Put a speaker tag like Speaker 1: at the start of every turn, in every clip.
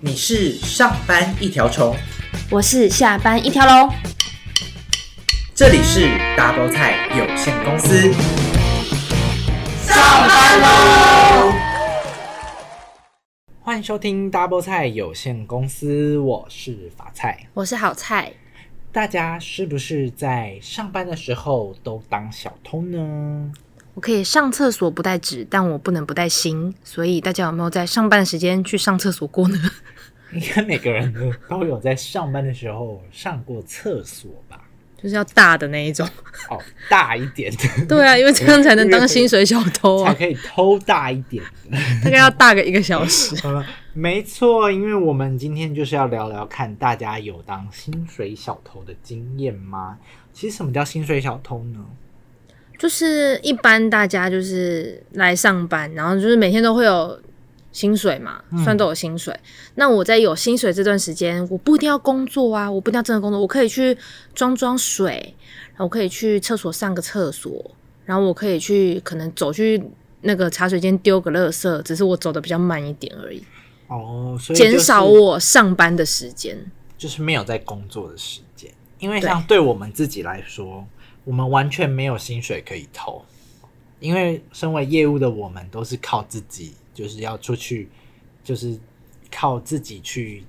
Speaker 1: 你是上班一条虫，
Speaker 2: 我是下班一条龙。
Speaker 1: 这里是 Double 菜有限公司。
Speaker 3: 上班喽！
Speaker 1: 欢迎收听 Double 菜有限公司，我是法菜。
Speaker 2: 我是好菜，
Speaker 1: 大家是不是在上班的时候都当小偷呢？
Speaker 2: 我可以上厕所不带纸，但我不能不带心。所以大家有没有在上班的时间去上厕所过呢？
Speaker 1: 应该每个人都都有在上班的时候上过厕所吧？
Speaker 2: 就是要大的那一种。
Speaker 1: 哦，大一点的
Speaker 2: 对啊，因为这样才能当薪水小偷
Speaker 1: 才
Speaker 2: 啊，
Speaker 1: 可以偷大一点的。
Speaker 2: 大概要大个一个小时。
Speaker 1: 呃，没错，因为我们今天就是要聊聊看大家有当薪水小偷的经验吗？其实什么叫薪水小偷呢？
Speaker 2: 就是一般大家就是来上班，然后就是每天都会有薪水嘛，
Speaker 1: 嗯
Speaker 2: 虽然都有薪水。那我在有薪水这段时间，我不一定要工作啊，我不一定要真的工作，我可以去装装水，然后我可以去厕所上个厕所，然后我可以去可能走去那个茶水间丢个垃圾，只是我走的比较慢一点而已，
Speaker 1: 哦，所以
Speaker 2: 减、
Speaker 1: 就是
Speaker 2: 少我上班的时间。
Speaker 1: 就是没有在工作的时间，因为像对我们自己来说，我们完全没有薪水可以投，因为身为业务的我们都是靠自己，就是要出去，就是靠自己去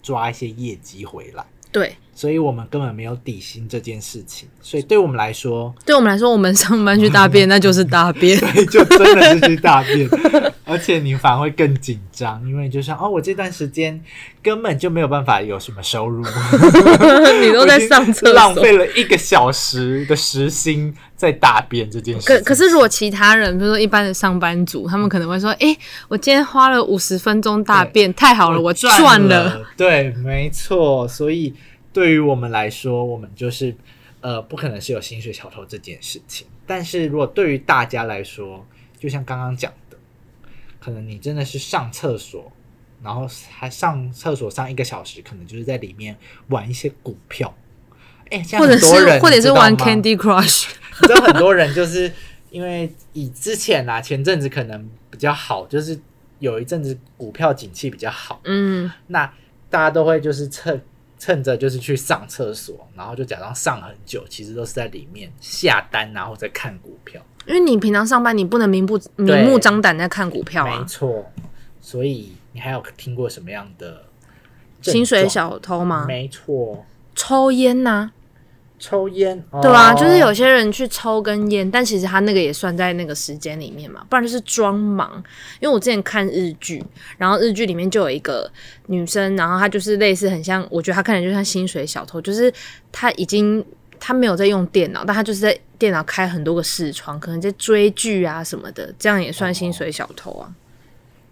Speaker 1: 抓一些业绩回来，
Speaker 2: 对，
Speaker 1: 所以我们根本没有底薪这件事情，所以对我们来说，
Speaker 2: 对我们来说，我们上班去 大便， 那就是大便。
Speaker 1: 就真的是去大便， 而且你反而会更紧张，因为就像哦，我这段时间根本就没有办法有什么收入，
Speaker 2: 你都在上厕所，
Speaker 1: 浪费了一个小时的时薪在大便这件事情。
Speaker 2: 可可是，如果其他人，比如说一般的上班族，他们可能会说：“诶，我今天花了五十分钟大便，太好了，我赚
Speaker 1: 赚
Speaker 2: 了。
Speaker 1: 对，没错。所以对于我们来说，我们就是呃，不可能是有薪水小偷这件事情。但是如果对于大家来说，就像刚刚讲的，可能你真的是上厕所，然后还上厕所上一个小时，可能就是在里面玩一些股票。哎，现在
Speaker 2: 或者
Speaker 1: 很多
Speaker 2: 是
Speaker 1: 人
Speaker 2: 或者
Speaker 1: 你知
Speaker 2: 是
Speaker 1: 道
Speaker 2: 玩
Speaker 1: 吗
Speaker 2: Candy Crush，
Speaker 1: 你知道很多人就是因为以之前啊，前阵子可能比较好，就是有一阵子股票景气比较好，
Speaker 2: 嗯，
Speaker 1: 那大家都会就是趁趁着就是去上厕所，然后就假装上很久，其实都是在里面下单，然后再看股票。
Speaker 2: 因为你平常上班，你不能明目明
Speaker 1: 对
Speaker 2: 目张胆在看股票
Speaker 1: 没
Speaker 2: 啊。
Speaker 1: 错，所以你还有听过什么样的症
Speaker 2: 薪水
Speaker 1: 状
Speaker 2: 小偷嘛，
Speaker 1: 没错，
Speaker 2: 抽烟呐、
Speaker 1: 抽烟，哦、
Speaker 2: 对啊，就是有些人去抽根烟，但其实他那个也算在那个时间里面嘛，不然就是装忙。因为我之前看日剧，然后日剧里面就有一个女生，然后她就是类似很像，我觉得她看起来就像薪水小偷，就是她已经她没有在用电脑，但她就是在电脑开很多个视窗，可能在追剧啊什么的，这样也算薪水小偷啊。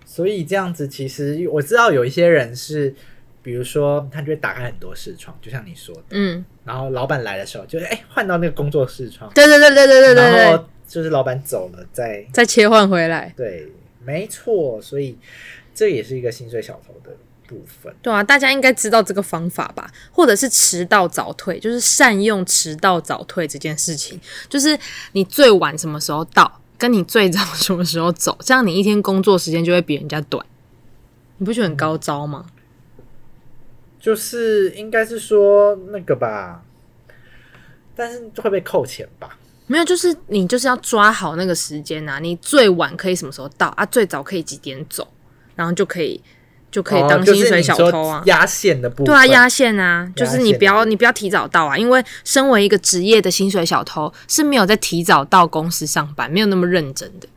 Speaker 1: 所以这样子，其实我知道有一些人是，比如说他就会打开很多视窗，就像你说的，
Speaker 2: 嗯，
Speaker 1: 然后老板来的时候就是哎换到那个工作视窗，
Speaker 2: 对对对对对对对
Speaker 1: 然
Speaker 2: 对，
Speaker 1: 后就是老板走了再
Speaker 2: 再切换回来。
Speaker 1: 对，没错，所以这也是一个薪水小偷的部分。
Speaker 2: 对啊，大家应该知道这个方法吧？或者是迟到早退，就是善用迟到早退这件事情，就是你最晚什么时候到，跟你最早什么时候走，这样你一天工作时间就会比人家短。你不觉得很高招吗？
Speaker 1: 就是应该是说那个吧，但是会被扣钱吧？
Speaker 2: 没有，就是你就是要抓好那个时间啊，你最晚可以什么时候到啊，最早可以几点走，然后就可以就可以当
Speaker 1: 哦就
Speaker 2: 薪
Speaker 1: 是
Speaker 2: 水
Speaker 1: 你
Speaker 2: 小
Speaker 1: 说
Speaker 2: 偷啊。
Speaker 1: 压线的部分。
Speaker 2: 对啊，压线啊，
Speaker 1: 压
Speaker 2: 就是你
Speaker 1: 线
Speaker 2: 不要
Speaker 1: 啊
Speaker 2: 你不要提早到啊，因为身为一个职业的薪水小偷是没有在提早到公司上班，没有那么认真的。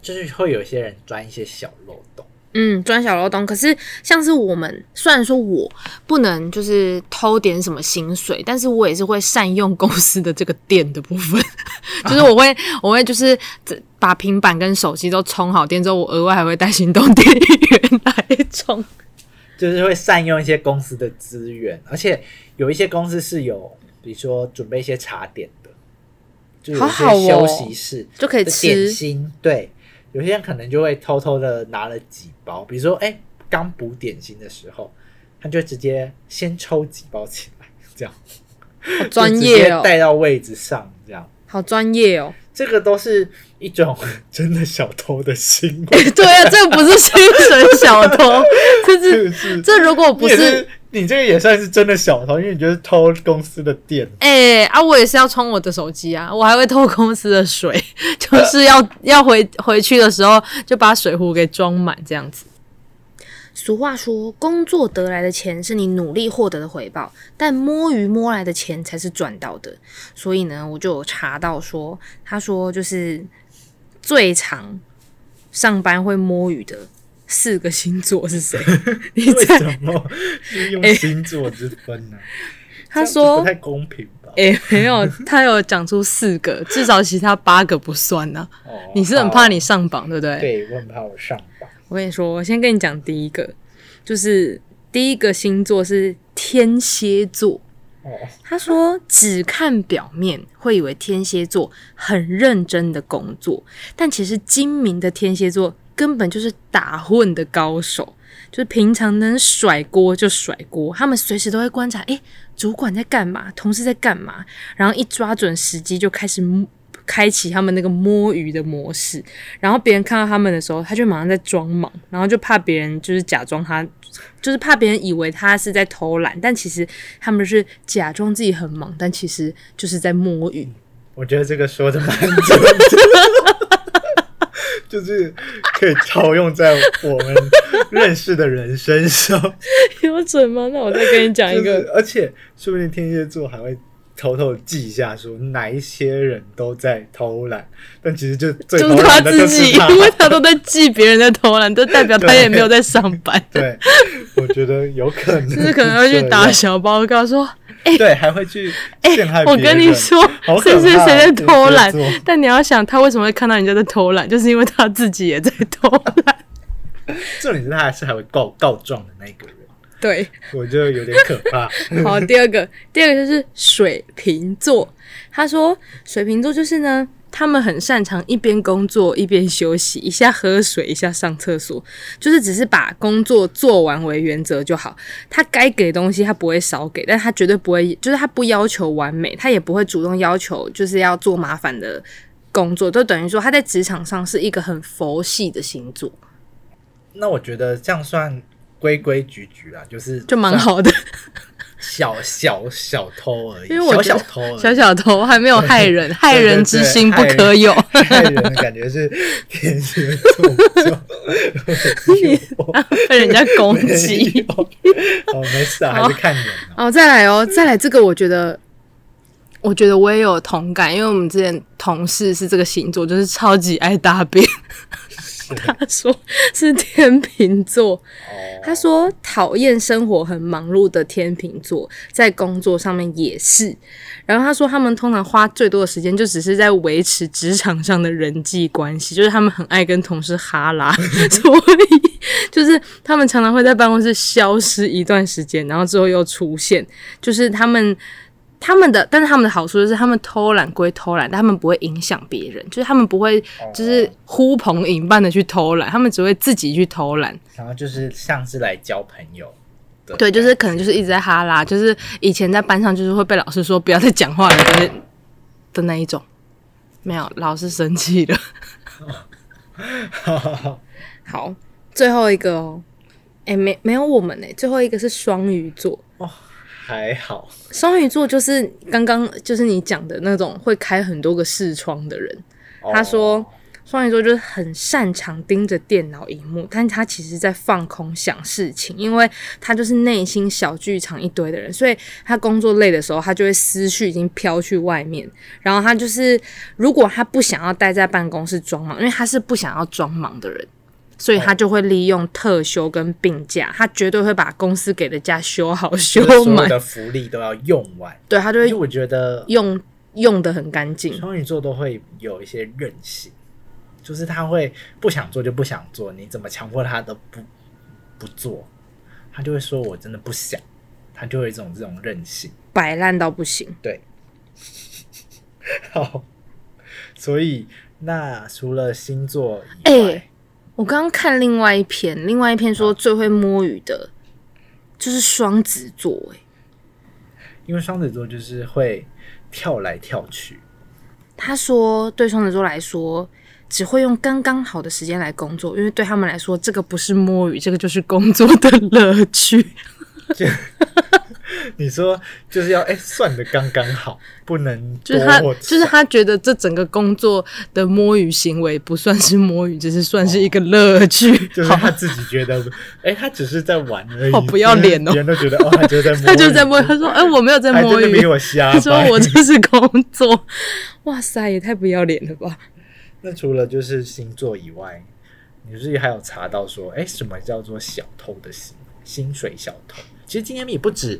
Speaker 1: 就是会有一些人钻一些小漏洞。
Speaker 2: 嗯，钻小漏洞。可是像是我们，虽然说我不能就是偷点什么薪水，但是我也是会善用公司的这个电的部 分，就是我会我会就是把平板跟手机都充好电之后，我额外还会带行动电源来充。
Speaker 1: 就是会善用一些公司的资源，而且有一些公司是有，比如说准备一些茶点的，就有一
Speaker 2: 好好哦
Speaker 1: 些休息室、
Speaker 2: 就可以
Speaker 1: 的
Speaker 2: 吃
Speaker 1: 点心。对，有些人可能就会偷偷的拿了几包，比如说哎，刚补点心的时候，他就直接先抽几包起来，这样
Speaker 2: 专
Speaker 1: 就直
Speaker 2: 业
Speaker 1: 接
Speaker 2: 哦
Speaker 1: 带到位置上，这样
Speaker 2: 好专业哦。
Speaker 1: 这个都是一种真的小偷的行 为，
Speaker 2: 对啊，这个不是薪水小 偷，这是
Speaker 1: 是
Speaker 2: 这如果不
Speaker 1: 你也
Speaker 2: 是
Speaker 1: 是你这个也算是真的小偷，因为你就是偷公司的电。
Speaker 2: 哎、啊，我也是要充我的手机啊，我还会偷公司的水， 就是要要回回去的时候就把水壶给装满这样子。俗话说，工作得来的钱是你努力获得的回报，但摸鱼摸来的钱才是赚到的。所以呢，我就有查到说，他说就是最常上班会摸鱼的四个星座是谁？ 你
Speaker 1: 为
Speaker 2: 猜？
Speaker 1: 什 么是用星座之分呢、啊
Speaker 2: 哎他
Speaker 1: 这样
Speaker 2: 说哎
Speaker 1: 子不太公平吧？
Speaker 2: 诶、没有，他有讲出四个，至少其他八个不算呢、
Speaker 1: 哦
Speaker 2: 你是很怕你
Speaker 1: 好
Speaker 2: 上榜，对不对？
Speaker 1: 对，我很怕我上榜。
Speaker 2: 我跟你说，我先跟你讲第一个，就是第一个星座是天蝎座。
Speaker 1: 哦，
Speaker 2: 他说，只看表面会以为天蝎座很认真的工作，但其实精明的天蝎座根本就是打混的高手，就是平常能甩锅就甩锅，他们随时都会观察，诶，主管在干嘛，同事在干嘛，然后一抓准时机就开始摸开启他们那个摸鱼的模式，然后别人看到他们的时候，他就马上在装忙，然后就怕别人就是假装他，就是怕别人以为他是在偷懒，但其实他们是假装自己很忙，但其实就是在摸 鱼。
Speaker 1: 我觉得这个说的蛮准的， 就是可以套用在我们认识的人身上。
Speaker 2: 有准吗？那我再跟你讲一
Speaker 1: 就是
Speaker 2: 个，
Speaker 1: 而且说不定天蝎座还会偷偷记一下，说哪一些人都在偷懒，但其实就最
Speaker 2: 就
Speaker 1: 偷
Speaker 2: 是他
Speaker 1: 懒的就
Speaker 2: 自
Speaker 1: 是
Speaker 2: 己，
Speaker 1: 他。
Speaker 2: 因为他都在记别人在偷懒，这代表他也没有在上 班，
Speaker 1: 对，我觉得有可能，
Speaker 2: 就是可能会去打，小报告说
Speaker 1: 对，还会去
Speaker 2: 哎、
Speaker 1: 陷害别人。
Speaker 2: 我跟你说
Speaker 1: 好， 可
Speaker 2: 谁谁谁
Speaker 1: 怕
Speaker 2: 在偷懒
Speaker 1: 天蝎座？
Speaker 2: 但你要想，他为什么会看到人家在偷懒，就是因为他自己也在偷懒。
Speaker 1: 重点是他还是还会告告状的那一个人，
Speaker 2: 对，
Speaker 1: 我觉得有点可怕。
Speaker 2: 好，第二个，第二个就是水瓶座。他说，水瓶座就是呢，他们很擅长一边工作一边休息，一下喝水，一下上厕所，就是只是把工作做完为原则就好。他该给的东西他不会少给，但他绝对不会，就是他不要求完美，他也不会主动要求就是要做麻烦的工作，就等于说他在职场上是一个很佛系的星座，
Speaker 1: 那我觉得这样算规规矩矩啦，就是
Speaker 2: 就蛮好的。
Speaker 1: 小小小偷而已，
Speaker 2: 因为我觉
Speaker 1: 小
Speaker 2: 得
Speaker 1: 小偷而已，
Speaker 2: 小小偷还没有害人，害人之心不可有。
Speaker 1: 害人的感觉是天蝎座座，
Speaker 2: 被人家攻
Speaker 1: 没
Speaker 2: 击。
Speaker 1: 有哦，没事啊，还是看人啊。
Speaker 2: 哦，再来哦，再来这个，我觉得，我觉得我也有同感，因为我们之前同事是这个星座，就是超级爱大便。 他说是天秤座，
Speaker 1: 哦
Speaker 2: 他说讨厌生活很忙碌的天秤座，在工作上面也是。然后他说他们通常花最多的时间就只是在维持职场上的人际关系，就是他们很爱跟同事哈拉， 所以就是他们常常会在办公室消失一段时间，然后之后又出现，就是他们。他们的，但是他们的好处就是，他们偷懒归偷懒，但他们不会影响别人，就是他们不会就是呼朋引伴的去偷懒，他们只会自己去偷懒。
Speaker 1: 然后就是像是来交朋友的，
Speaker 2: 对，就是可能就是一直在哈拉，就是以前在班上就是会被老师说不要再讲话了的的那一种，没有，老师生气了。 好，最后一个哦，哎、没没有我们哎、最后一个是双鱼座，
Speaker 1: 还好，
Speaker 2: 双鱼座就是刚刚就是你讲的那种会开很多个视窗的人，他说
Speaker 1: 哦，
Speaker 2: 双鱼座就是很擅长盯着电脑荧幕，但他其实在放空想事情，因为他就是内心小剧场一堆的人，所以他工作累的时候，他就会思绪已经飘去外面。然后他就是，如果他不想要待在办公室装忙，因为他是不想要装忙的人。所以他就会利用特休跟病假，他绝对会把公司给的假休好休
Speaker 1: 就是所有
Speaker 2: 满，
Speaker 1: 的福利都要用完，
Speaker 2: 对他就
Speaker 1: 因为
Speaker 2: 会
Speaker 1: 我觉得
Speaker 2: 用用的很干净。
Speaker 1: 双鱼座都会有一些任性，就是他会不想做就不想做，你怎么强迫他都不不做，他就会说我真的不想，他就会有一种这种任性。
Speaker 2: 摆烂到不行。
Speaker 1: 对，好，所以那除了星座以
Speaker 2: 哎、
Speaker 1: 外，
Speaker 2: 我刚刚看另外一篇，另外一篇说最会摸鱼的，就是双子座、哎，
Speaker 1: 因为双子座就是会跳来跳去，
Speaker 2: 他说，对双子座来说，只会用刚刚好的时间来工作，因为对他们来说，这个不是摸鱼，这个就是工作的乐趣。
Speaker 1: 就 你说就是要哎、算的刚刚好，不能多
Speaker 2: 就是他
Speaker 1: 或，
Speaker 2: 就是他觉得这整个工作的摸鱼行为不算是摸鱼，只是算是一个乐趣。
Speaker 1: 就是他自己觉得，哎、他只是在玩而已。
Speaker 2: 好不要脸哦
Speaker 1: 别人都觉得哦，他就在摸鱼，
Speaker 2: 他就在摸，他说：“哎、我没有在
Speaker 1: 还
Speaker 2: 摸
Speaker 1: 真的
Speaker 2: 鱼
Speaker 1: 比。我”瞎
Speaker 2: 他说：“
Speaker 1: 掰
Speaker 2: 我这是工 作。”哇塞，也太不要脸了吧！
Speaker 1: 那除了就是星座以外，你是不是还有查到说，哎，什么叫做小偷的薪薪水小偷？其实今天也不止，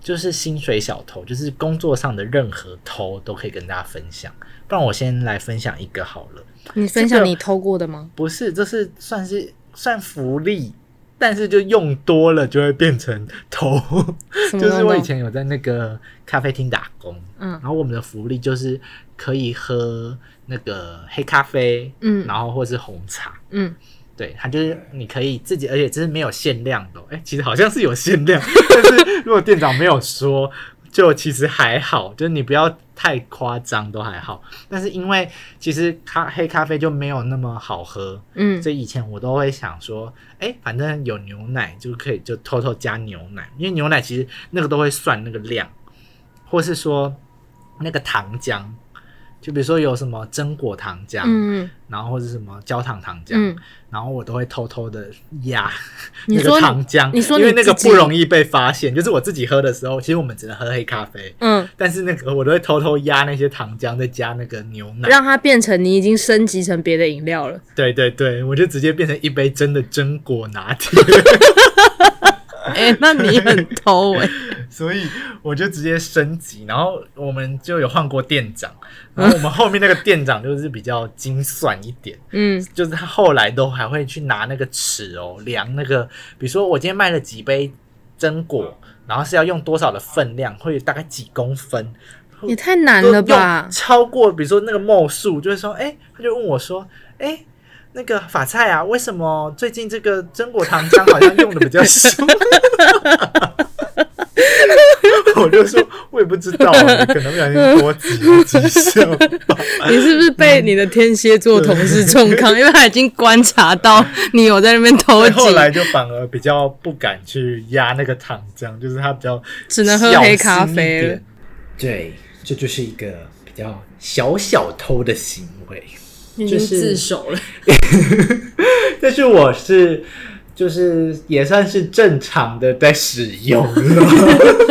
Speaker 1: 就是薪水小偷，就是工作上的任何偷都可以跟大家分享。不然我先来分享一个好了，
Speaker 2: 你分
Speaker 1: 这
Speaker 2: 享
Speaker 1: 个
Speaker 2: 你偷过的吗？
Speaker 1: 不是，这是算是算福利，但是就用多了就会变成偷。
Speaker 2: 什么
Speaker 1: 就是我
Speaker 2: 东
Speaker 1: 以
Speaker 2: 西
Speaker 1: 前有在那个咖啡厅打工，
Speaker 2: 嗯
Speaker 1: 然后我们的福利就是可以喝那个黑咖啡，
Speaker 2: 嗯
Speaker 1: 然后或是红茶，
Speaker 2: 嗯，
Speaker 1: 对，它就是你可以自己，而且这是没有限量的哦、哎、其实好像是有限量， 但是如果店长没有说，就其实还好，就是你不要太夸张都还好。但是因为其实咖黑咖啡就没有那么好喝，
Speaker 2: 嗯
Speaker 1: 所以以前我都会想说，哎、反正有牛奶就可以就偷偷加牛奶，因为牛奶其实那个都会算那个量，或是说那个糖浆，就比如说有什么榛果糖浆，
Speaker 2: 嗯
Speaker 1: 然后或者什么焦糖糖浆，
Speaker 2: 嗯，
Speaker 1: 然后我都会偷偷的压
Speaker 2: 你
Speaker 1: 那
Speaker 2: 说
Speaker 1: 个
Speaker 2: 你
Speaker 1: 糖浆，
Speaker 2: 你说
Speaker 1: 因为
Speaker 2: 你
Speaker 1: 那个
Speaker 2: 自己
Speaker 1: 不容易被发现，就是我自己喝的时候，其实我们只能喝黑咖啡。
Speaker 2: 嗯，
Speaker 1: 但是那个我都会偷偷压那些糖浆，再加那个牛奶，
Speaker 2: 让它变成你已经升级成别的饮料了。
Speaker 1: 对对对，我就直接变成一杯真的榛果拿铁，
Speaker 2: 哎、那你很偷哎、
Speaker 1: 所以我就直接升级。然后我们就有换过店长，然后我们后面那个店长就是比较精算一点，
Speaker 2: 嗯
Speaker 1: 就是他后来都还会去拿那个尺哦量那个，比如说我今天卖了几杯榛果，然后是要用多少的分量，会有大概几公分，
Speaker 2: 也太难了吧
Speaker 1: 用？超过比如说那个墨数，就是说，哎、他就问我说，哎、那个法菜啊，为什么最近这个榛果糖浆好像用的比较 凶？我就说，我也不知道，啊可能不小心多挤了几 下吧。
Speaker 2: 你是不是被你的天蝎座同事重 康？因为他已经观察到你有在那边偷
Speaker 1: 所 以
Speaker 2: 鸡，
Speaker 1: 后来就反而比较不敢去压那个糖浆，就是他比较
Speaker 2: 只能喝黑咖啡
Speaker 1: 小
Speaker 2: 了
Speaker 1: 心一点。对，这就是一个比较小小偷的行为。
Speaker 2: 你已
Speaker 1: 经自
Speaker 2: 首了。
Speaker 1: 但是我是就是也算是正常的在使用了。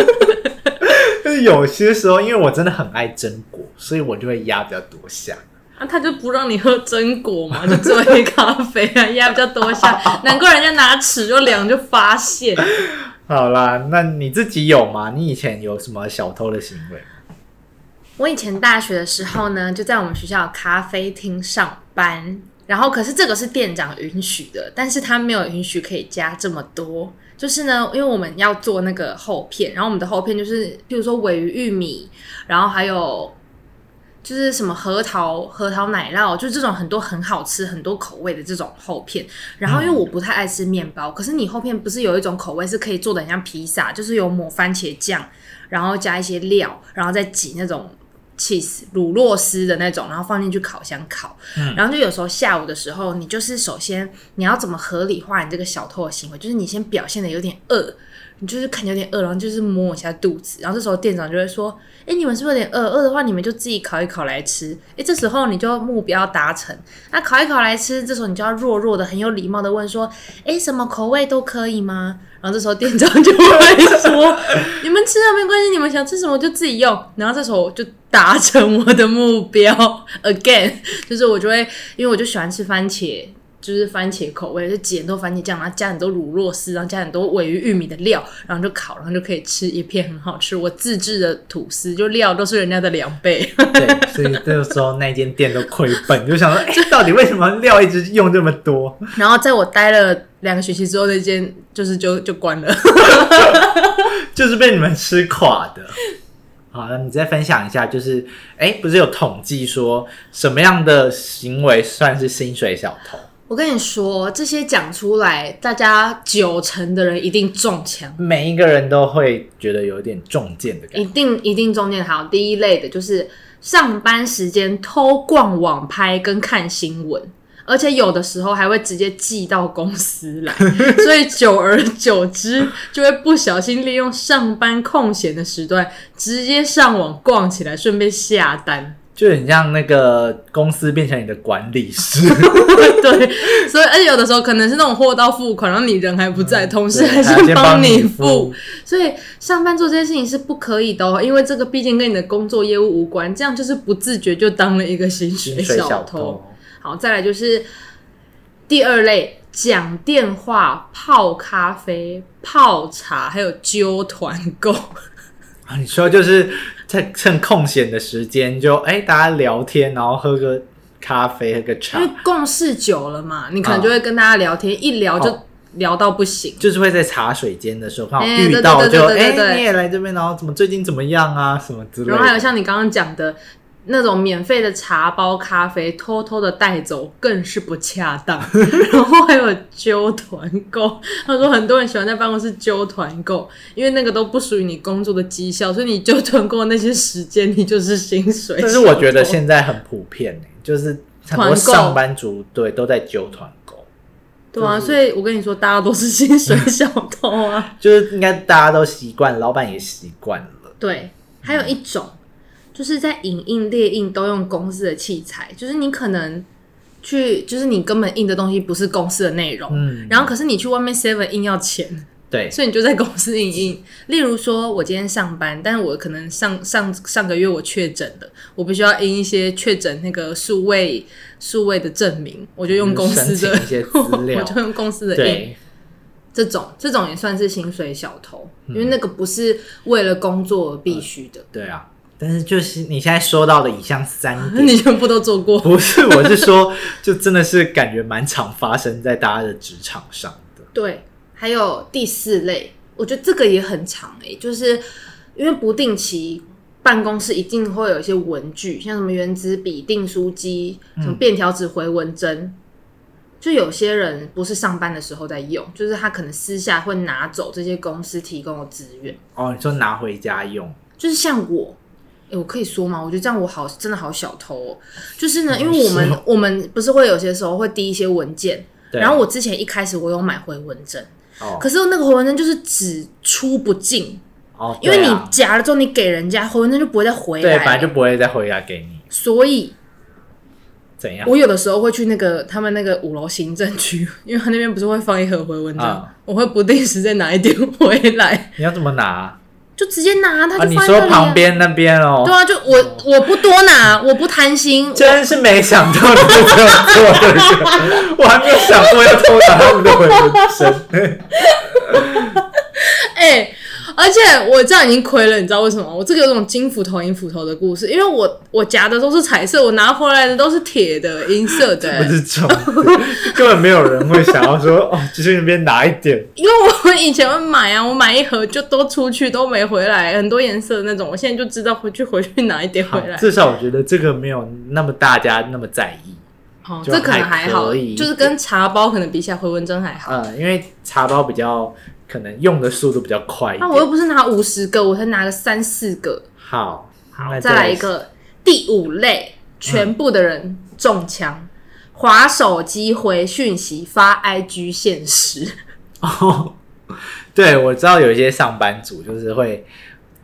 Speaker 1: 但是有些时候，因为我真的很爱榛果，所以我就会压比较多下。
Speaker 2: 啊，他就不让你喝榛果嘛，就做黑咖啡啊，压比较多下，难怪人家拿尺就量就发现。
Speaker 1: 好啦，那你自己有吗？你以前有什么小偷的行为？
Speaker 2: 我以前大学的时候呢，就在我们学校的咖啡厅上班，然后可是这个是店长允许的，但是他没有允许可以加这么多。就是呢，因为我们要做那个厚片，然后我们的厚片就是，譬如说尾鱼玉米，然后还有就是什么核桃、核桃奶酪，就这种很多很好吃、很多口味的这种厚片。然后因为我不太爱吃面包，可是你厚片不是有一种口味是可以做的很像披萨，就是有抹番茄酱，然后加一些料，然后再挤那种 cheese 乳酪丝的那种，然后放进去烤箱烤。
Speaker 1: 嗯
Speaker 2: 然后就有时候下午的时候，你就是首先你要怎么合理化你这个小偷的行为，就是你先表现的有点饿。你就是看有点饿，然后就是摸一下肚子，然后这时候店长就会说：“哎、你们是不是有点饿？饿的话，你们就自己烤一烤来吃。哎、这时候你就目标达成。那烤一烤来吃，这时候你就要弱弱的、很有礼貌的问说：哎、什么口味都可以吗？然后这时候店长就会说：你们吃啊了没关系，你们想吃什么就自己用。然后这时候我就达成我的目标 again，就是我就会，因为我就喜欢吃番茄。就是番茄口味，就挤很多番茄酱，然后加很多乳酪丝，然后加很多尾鱼玉米的料，然后就烤，然后就可以吃一片很好吃。我自制的吐司，就料都是人家的两倍。
Speaker 1: 对，所以那个时候那间店都亏本，就想说，哎、到底为什么料一直用这么多？
Speaker 2: 然后在我待了两个学期之后，那间就是就就关了。
Speaker 1: 就是被你们吃垮的。好，那你再分享一下，就是哎、不是有统计说什么样的行为算是薪水小偷？
Speaker 2: 我跟你说，这些讲出来，大家九成的人一定中枪，
Speaker 1: 每一个人都会觉得有点中箭的感
Speaker 2: 一
Speaker 1: 觉。
Speaker 2: 定一定中箭。好，第一类的就是上班时间偷逛网拍跟看新闻，而且有的时候还会直接寄到公司来，所以久而久之就会不小心利用上班空闲的时段，直接上网逛起来，顺便下单。
Speaker 1: 就很像那个公司变成你的管理师，
Speaker 2: 对，所以而且有的时候可能是那种货到付款，然后你人还不在，同事
Speaker 1: 还
Speaker 2: 还
Speaker 1: 要
Speaker 2: 是
Speaker 1: 嗯先帮
Speaker 2: 你
Speaker 1: 你付
Speaker 2: 所以上班做这件事情是不可以的哦，因为这个毕竟跟你的工作业务无关，这样就是不自觉就当了一个薪水
Speaker 1: 薪水
Speaker 2: 小
Speaker 1: 小
Speaker 2: 偷
Speaker 1: 偷。
Speaker 2: 好，再来就是第二类，讲电话、泡咖啡、泡茶，还有揪团购。
Speaker 1: 啊你说就是在趁空闲的时间就哎、大家聊天，然后喝个咖啡，喝个茶
Speaker 2: 因为，共事久了嘛，你可能
Speaker 1: 啊
Speaker 2: 就会跟大家聊天，一聊就
Speaker 1: 哦
Speaker 2: 聊到不行。
Speaker 1: 就是会在茶水间的时候刚好
Speaker 2: 哎
Speaker 1: 遇到
Speaker 2: 对对
Speaker 1: 就
Speaker 2: 对对
Speaker 1: 哎、
Speaker 2: 对对
Speaker 1: 你也来这边，然后怎么最近怎么样啊什么之类的。
Speaker 2: 然后还有像你刚刚讲的那种免费的茶包、咖啡，偷偷的带走更是不恰当。 然后还有揪团购，他说很多人喜欢在办公室揪团购，因为那个都不属于你工作的绩效，所以你揪团购的那些时间，你就是薪水小偷。
Speaker 1: 但是我觉得现在很普遍、欸、就是很
Speaker 2: 团
Speaker 1: 多
Speaker 2: 购
Speaker 1: 上班族对都在揪团购，
Speaker 2: 对啊，所以我跟你说，大家都是 薪水小偷啊。
Speaker 1: 就是应该大家都习惯，老板也习惯了。
Speaker 2: 对，还有一种就是在影印、列印都用公司的器材，就是你可能去，就是你根本印的东西不是公司的内容，
Speaker 1: 嗯
Speaker 2: 然后可是你去外面 Seven 印要钱，
Speaker 1: 对，
Speaker 2: 所以你就在公司印印。例如说，我今天上班，但是我可能上上上个月我确诊了，我必须要印一些确诊那个数位数位的证明，我就用公司的
Speaker 1: 嗯申请一些资料
Speaker 2: 我就用公司的印。
Speaker 1: 对，
Speaker 2: 这种这种也算是薪水小偷，
Speaker 1: 嗯
Speaker 2: 因为那个不是为了工作而必须的。
Speaker 1: 对啊。但是就是你现在说到的以上三点，
Speaker 2: 你全部都做过，
Speaker 1: 不是，我是 说，就真的是感觉蛮常发生在大家的职场上的。
Speaker 2: 对。还有第四类，我觉得这个也很长诶、就是因为不定期办公室一定会有一些文具，像什么原子笔、订书机、
Speaker 1: 嗯
Speaker 2: 什么便条纸、回纹针。就有些人不是上班的时候在用，就是他可能私下会拿走这些公司提供的资源。
Speaker 1: 哦，你说拿回家用，
Speaker 2: 就是像我，哎、我可以说吗？我觉得这样我好真的好小偷哦。就是呢，因为我们
Speaker 1: 说
Speaker 2: 我们不是会有些时候会递一些文件，
Speaker 1: 对啊
Speaker 2: 然后我之前一开始我有买回纹针，
Speaker 1: 哦
Speaker 2: 可是那个回纹针就是只出不进，
Speaker 1: 哦，
Speaker 2: 因为
Speaker 1: 对
Speaker 2: 你
Speaker 1: 啊
Speaker 2: 夹了之后你给人家回纹针就不会再回
Speaker 1: 对，本来就
Speaker 2: 来，
Speaker 1: 不会再回家给你，
Speaker 2: 所以
Speaker 1: 怎样？
Speaker 2: 我有的时候会去那个他们那个五楼行政区，因为他那边不是会放一盒回纹针，
Speaker 1: 啊
Speaker 2: 我会不定时再拿一点回来，
Speaker 1: 你要怎么拿
Speaker 2: 就直接拿它
Speaker 1: 啊？
Speaker 2: 就
Speaker 1: 你
Speaker 2: 放在那
Speaker 1: 说
Speaker 2: 里、
Speaker 1: 旁。边那边哦
Speaker 2: 对，啊，就我我不多拿，我不贪心，我
Speaker 1: 真是没想到你会这样做，对不对？我还没有想过要偷拿他们的回纹针。
Speaker 2: 哎、而且我这样已经亏了，你知道为什么吗？我这个有种金斧头银斧头的故事，因为我我夹的都是彩色，我拿回来的都是铁的银色的、
Speaker 1: 不是重点， 根本没有人会想要说哦，就去那边拿一点。
Speaker 2: 因为我以前会买啊，我买一盒就都出去都没回来，很多颜色的那种，我现在就知道回去回去拿一点回
Speaker 1: 好
Speaker 2: 来。
Speaker 1: 至少我觉得这个没有那么大家那么在意。
Speaker 2: 哦，
Speaker 1: 就
Speaker 2: 这可能还好，
Speaker 1: 还可以
Speaker 2: 就是跟茶包可能比起来，回纹针还好。
Speaker 1: 呃，因为茶包比较可能用的速度比较快一
Speaker 2: 那、
Speaker 1: 点。
Speaker 2: 我又不是拿五十个，我才拿个三四个。
Speaker 1: 好，好
Speaker 2: 再来一，个，第五类，全部的人中枪，划手机、回讯息、发 IG 现实，
Speaker 1: 哦，对，我知道有一些上班族就是会，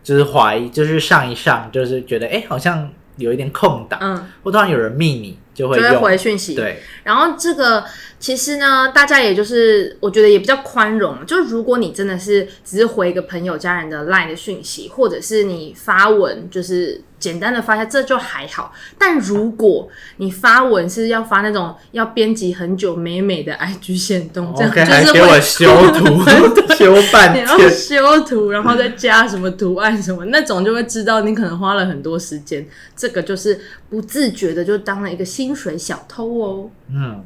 Speaker 1: 就是怀疑，就是上一上，就是觉得哎、诶好像有一点空档，
Speaker 2: 嗯，
Speaker 1: 或突然有人密你，就会
Speaker 2: 就会
Speaker 1: 用，
Speaker 2: 回讯息。，
Speaker 1: 对，
Speaker 2: 然后这个其实呢，大家也就是我觉得也比较宽容，就如果你真的是只是回一个朋友、家人的 LINE 的讯息，或者是你发文就是。简单的发一下，这就还好。但如果你发文是要发那种要编辑很久美美的 IG 线动，这
Speaker 1: 哦
Speaker 2: 样
Speaker 1: OK，
Speaker 2: 就
Speaker 1: 还
Speaker 2: 是
Speaker 1: 给
Speaker 2: 会
Speaker 1: 我修 图，修半
Speaker 2: 你
Speaker 1: 天，
Speaker 2: 要修图，然后再加什么图案什么那种，就会知道你可能花了很多时间。这个就是不自觉的就当了一个薪水小偷哦。
Speaker 1: 嗯，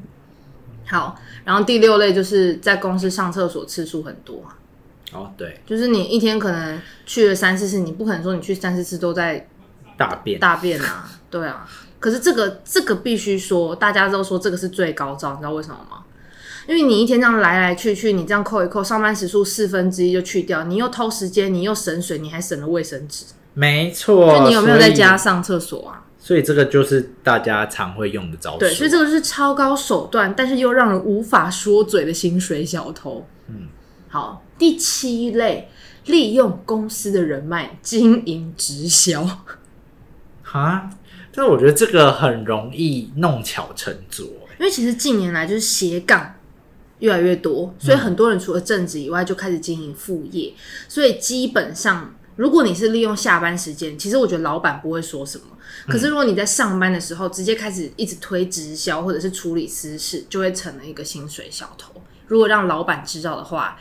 Speaker 2: 好，然后第六类就是在公司上厕所次数很多啊，
Speaker 1: 哦，对，
Speaker 2: 就是你一天可能去了三四次，你不可能说你去三四次都在
Speaker 1: 大便，
Speaker 2: 大便啊，对啊。可是这个这个必须说，大家都说这个是最高招，你知道为什么吗？因为你一天这样来来去去，你这样扣一扣，上班时数四分之一就去掉，你又偷时间，你又省水，你还省了卫生纸，
Speaker 1: 没错，
Speaker 2: 就你有没有在
Speaker 1: 所以
Speaker 2: 家上厕所啊？
Speaker 1: 所以这个就是大家常会用的招数。
Speaker 2: 对，所以这个是超高手段，但是又让人无法说嘴的薪水小偷。
Speaker 1: 嗯，
Speaker 2: 好，第七类，利用公司的人脉经营直销。
Speaker 1: 哈，但我觉得这个很容易弄巧成拙。
Speaker 2: 因为其实近年来就是斜杠越来越多，所以很多人除了正职以外就开始经营副业，所以基本上如果你是利用下班时间，其实我觉得老板不会说什么。可是如果你在上班的时候直接开始一直推直销或者是处理私事，就会成了一个薪水小偷。如果让老板知道的话，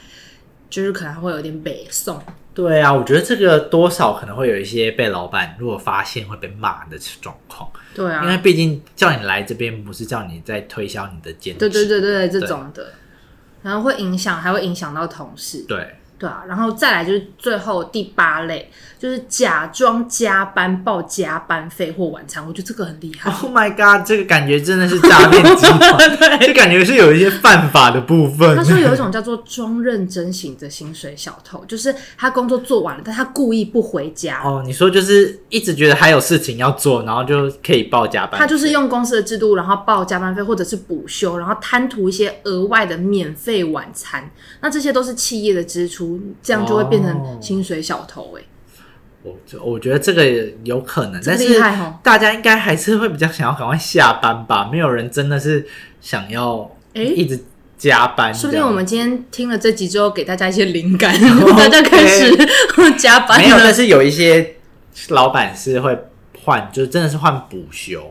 Speaker 2: 就是可能会有点北宋。
Speaker 1: 对啊，我觉得这个多少可能会有一些被老板如果发现会被骂的状况，
Speaker 2: 对啊，
Speaker 1: 因为毕竟叫你来这边不是叫你在推销你的兼职，
Speaker 2: 对对对对对，这种的，然后会影响，还会影响到同事。
Speaker 1: 对
Speaker 2: 对啊，然后再来就是最后第八类，就是假装加班报加班费或晚餐，我觉得这个很厉害。
Speaker 1: Oh my god，这个感觉真的是诈骗集 团，这感觉是有一些犯法的部分。
Speaker 2: 他说有一种叫做装认真型的薪水小偷，就是他工作做完了，但他故意不回家，
Speaker 1: 哦，你说就是一直觉得还有事情要做，然后就可以报加班费，
Speaker 2: 他就是用公司的制度，然后报加班费或者是补休，然后贪图一些额外的免费晚餐，那这些都是企业的支出，这样就会变
Speaker 1: 哦
Speaker 2: 成薪水小偷、欸。
Speaker 1: 我我觉得这个有可能，
Speaker 2: 这
Speaker 1: 但
Speaker 2: 个
Speaker 1: 是
Speaker 2: 厉害哦
Speaker 1: 大家应该还是会比较想要赶快下班吧，没有人真的是想要
Speaker 2: 诶
Speaker 1: 一直加班这样。
Speaker 2: 说不定我们今天听了这集之后，给大家一些 灵感，大
Speaker 1: OK
Speaker 2: 家开始 加班
Speaker 1: 没有，但
Speaker 2: 了。
Speaker 1: 是有一些老板是会换，就真的是换补休，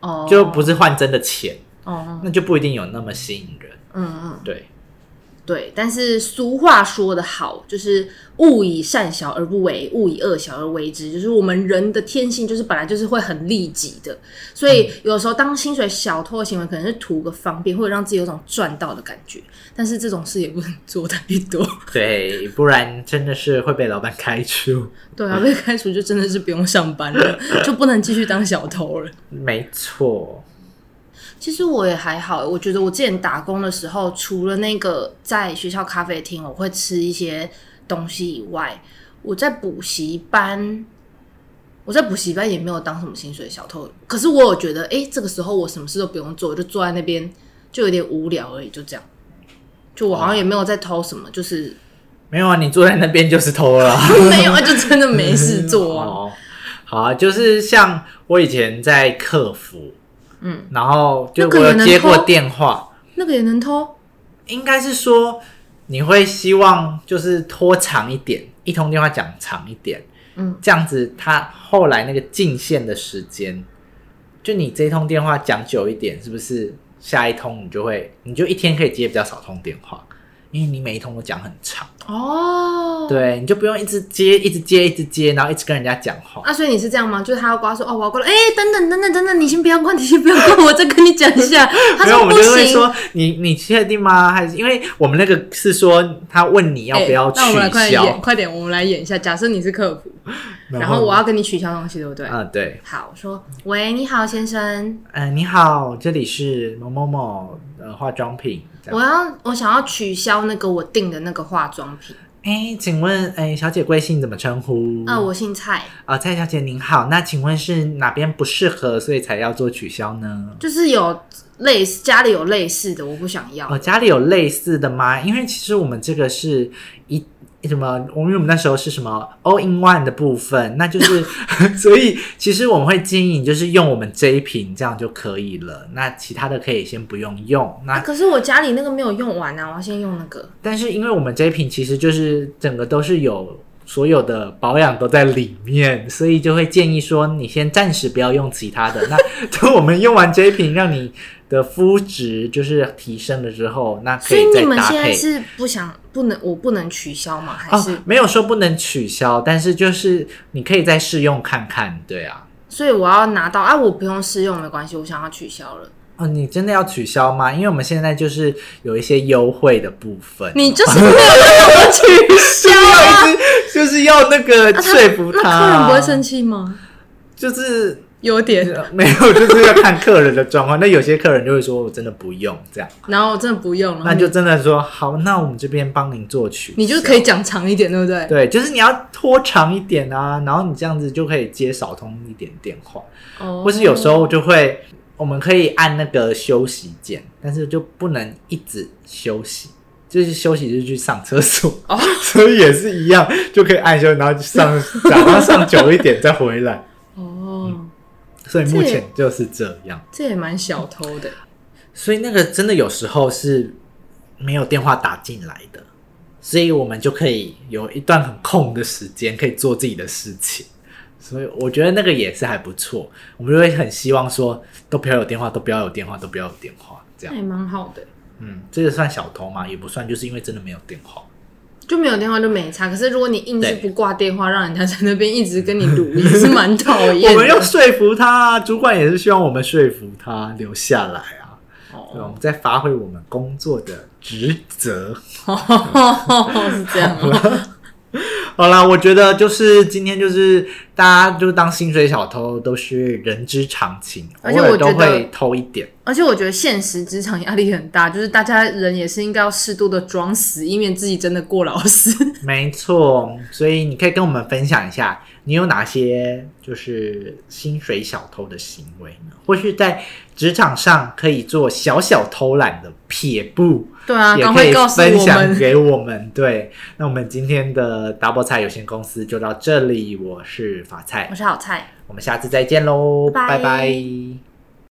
Speaker 2: 哦
Speaker 1: 就不是换真的钱，
Speaker 2: 哦，
Speaker 1: 那就不一定有那么吸引人。
Speaker 2: 嗯嗯，
Speaker 1: 对，
Speaker 2: 对。但是俗话说得好，就是“勿以善小而不为，勿以恶小而为之”。就是我们人的天性，就是本来就是会很利己的，所以有时候当薪水小偷的行为，可能是图个方便，或者让自己有种赚到的感觉。但是这种事也不能做太多，
Speaker 1: 对，不然真的是会被老板开除。
Speaker 2: 对啊，被开除就真的是不用上班了，就不能继续当小偷了。
Speaker 1: 没错，
Speaker 2: 其实我也还好，我觉得我之前打工的时候，除了那个在学校咖啡厅我会吃一些东西以外，我在补习班，我在补习班也没有当什么薪水小偷。可是我有觉得，诶，这个时候我什么事都不用做，我就坐在那边就有点无聊而已，就这样。就我好像也没有在偷什么，就是
Speaker 1: 没有啊，你坐在那边就是偷了啊。
Speaker 2: 没有啊，就真的没事做啊。
Speaker 1: 哦，好啊，就是像我以前在客服，
Speaker 2: 嗯，
Speaker 1: 然后就
Speaker 2: 那
Speaker 1: 我
Speaker 2: 个也
Speaker 1: 有
Speaker 2: 能
Speaker 1: 接过
Speaker 2: 偷
Speaker 1: 电话，
Speaker 2: 那个也能偷，
Speaker 1: 应该是说你会希望就是拖长一点，一通电话讲长一点，
Speaker 2: 嗯，
Speaker 1: 这样子他后来那个进线的时间，就你这一通电话讲久一点，是不是下一通你就会你就一天可以接比较少通电话，因为你每一通都讲很长，
Speaker 2: 哦，
Speaker 1: 对，你就不用一直接一直接一直接，然后一直跟人家讲话。
Speaker 2: 啊，所以你是这样吗？就是他要挂说哦，我要挂了，哎、等等等等等等，你先不要挂，你先不要挂，我再跟你讲一 下。他
Speaker 1: 没有，我
Speaker 2: 说
Speaker 1: 们
Speaker 2: 不
Speaker 1: 就会
Speaker 2: 行，
Speaker 1: 说你你确定吗？还是因为我们那个是说他问你要不要取
Speaker 2: 哎那我们来快点
Speaker 1: 消
Speaker 2: 演，，快点，我们来演一下。假设你是客服，然后
Speaker 1: 后
Speaker 2: 我要跟你取消东西，对不对？
Speaker 1: 嗯对，
Speaker 2: 好，我说喂，你好，先生，
Speaker 1: 嗯、你好，这里是某某某呃化妆品，这样
Speaker 2: 我要我想要取消那个我订的那个化妆品。
Speaker 1: 哎，请问哎小姐贵姓怎么称呼？
Speaker 2: 啊、我姓蔡，
Speaker 1: 啊、蔡小姐您好，那请问是哪边不适合，所以才要做取消呢？
Speaker 2: 就是有类似家里有类似的，我不想要。
Speaker 1: 哦，家里有类似的吗？因为其实我们这个是一什么，我们我们那时候是什么 all in one 的部分，那就是 所以其实我们会建议你就是用我们这一瓶这样就可以了，那其他的可以先不用用。
Speaker 2: 啊，
Speaker 1: 那
Speaker 2: 可是我家里那个没有用完啊，我要先用那个。
Speaker 1: 但是因为我们这一瓶其实就是整个都是有。所有的保养都在里面，所以就会建议说，你先暂时不要用其他的。那等我们用完这一瓶，让你的肤质就是提升了之后，那可
Speaker 2: 所以
Speaker 1: 再
Speaker 2: 你们
Speaker 1: 搭
Speaker 2: 现在
Speaker 1: 配。
Speaker 2: 是不想不能，我不能取消吗？还是、
Speaker 1: 哦，没有说不能取消，但是就是你可以再试用看看，对啊。
Speaker 2: 所以我要拿到啊，我不用试用没关系，我想要取消了。
Speaker 1: 哦，你真的要取消吗？因为我们现在就是有一些优惠的部分，
Speaker 2: 你就是没有让我取消啊！
Speaker 1: 就是要那个
Speaker 2: 啊
Speaker 1: 说服
Speaker 2: 那
Speaker 1: 他
Speaker 2: 客人不会生气吗？
Speaker 1: 就是呃
Speaker 2: 优点，
Speaker 1: 没有，就是要看客人的状况。那有些客人就会说我真的不用这样，
Speaker 2: 然后真的不用了，
Speaker 1: 那就真的说好，那我们这边帮您做取消，
Speaker 2: 你就可以讲长一点，对不对？
Speaker 1: 对，就是你要拖长一点啊，然后你这样子就可以接少通一点电话，
Speaker 2: 哦
Speaker 1: 或是有时候就会我们可以按那个休息键，但是就不能一直休息。就是休息就去上厕所，
Speaker 2: 哦
Speaker 1: 所以也是一样，就可以按休，然后就上早上上久一点再回来。
Speaker 2: 哦，
Speaker 1: 所以目前就是这样。
Speaker 2: 这也蛮小偷的，
Speaker 1: 所以那个真的有时候是没有电话打进来的，所以我们就可以有一段很空的时间可以做自己的事情。所以我觉得那个也是还不错，我们就会很希望说都不要有电话，都不要有电话，都不要有电话，这
Speaker 2: 那
Speaker 1: 样
Speaker 2: 也。蛮好的。
Speaker 1: 嗯，这个算小偷吗？也不算，就是因为真的没有电话。
Speaker 2: 就没有电话就没差，可是如果你硬
Speaker 1: 对
Speaker 2: 是不挂电话，让人家在那边一直跟你撸，也是蛮讨厌的。
Speaker 1: 我们要说服他，主管也是希望我们说服他留下来啊。对我
Speaker 2: 哦，
Speaker 1: 们在发挥我们工作的职责。
Speaker 2: 是这样哦。
Speaker 1: 好啦，我觉得就是今天就是大家就当薪水小偷都是人之常情，
Speaker 2: 而且
Speaker 1: 偶尔
Speaker 2: 我觉
Speaker 1: 都
Speaker 2: 得
Speaker 1: 会偷一点。
Speaker 2: 而且我觉得现实职场压力很大，就是大家人也是应该要适度的装死，以免自己真的过劳死。
Speaker 1: 没错，所以你可以跟我们分享一下，你有哪些就是薪水小偷的行为呢？或是在职场上可以做小小偷懒的撇步，
Speaker 2: 对啊，
Speaker 1: 也
Speaker 2: 赶
Speaker 1: 可
Speaker 2: 快
Speaker 1: 以
Speaker 2: 告诉
Speaker 1: 分
Speaker 2: 我
Speaker 1: 享
Speaker 2: 们。
Speaker 1: 给我们。对，那我们今天的 Double 菜有限公司就到这里，我是法菜
Speaker 2: 我，是好菜。
Speaker 1: 我们下次再见喽，
Speaker 2: 拜
Speaker 1: 拜拜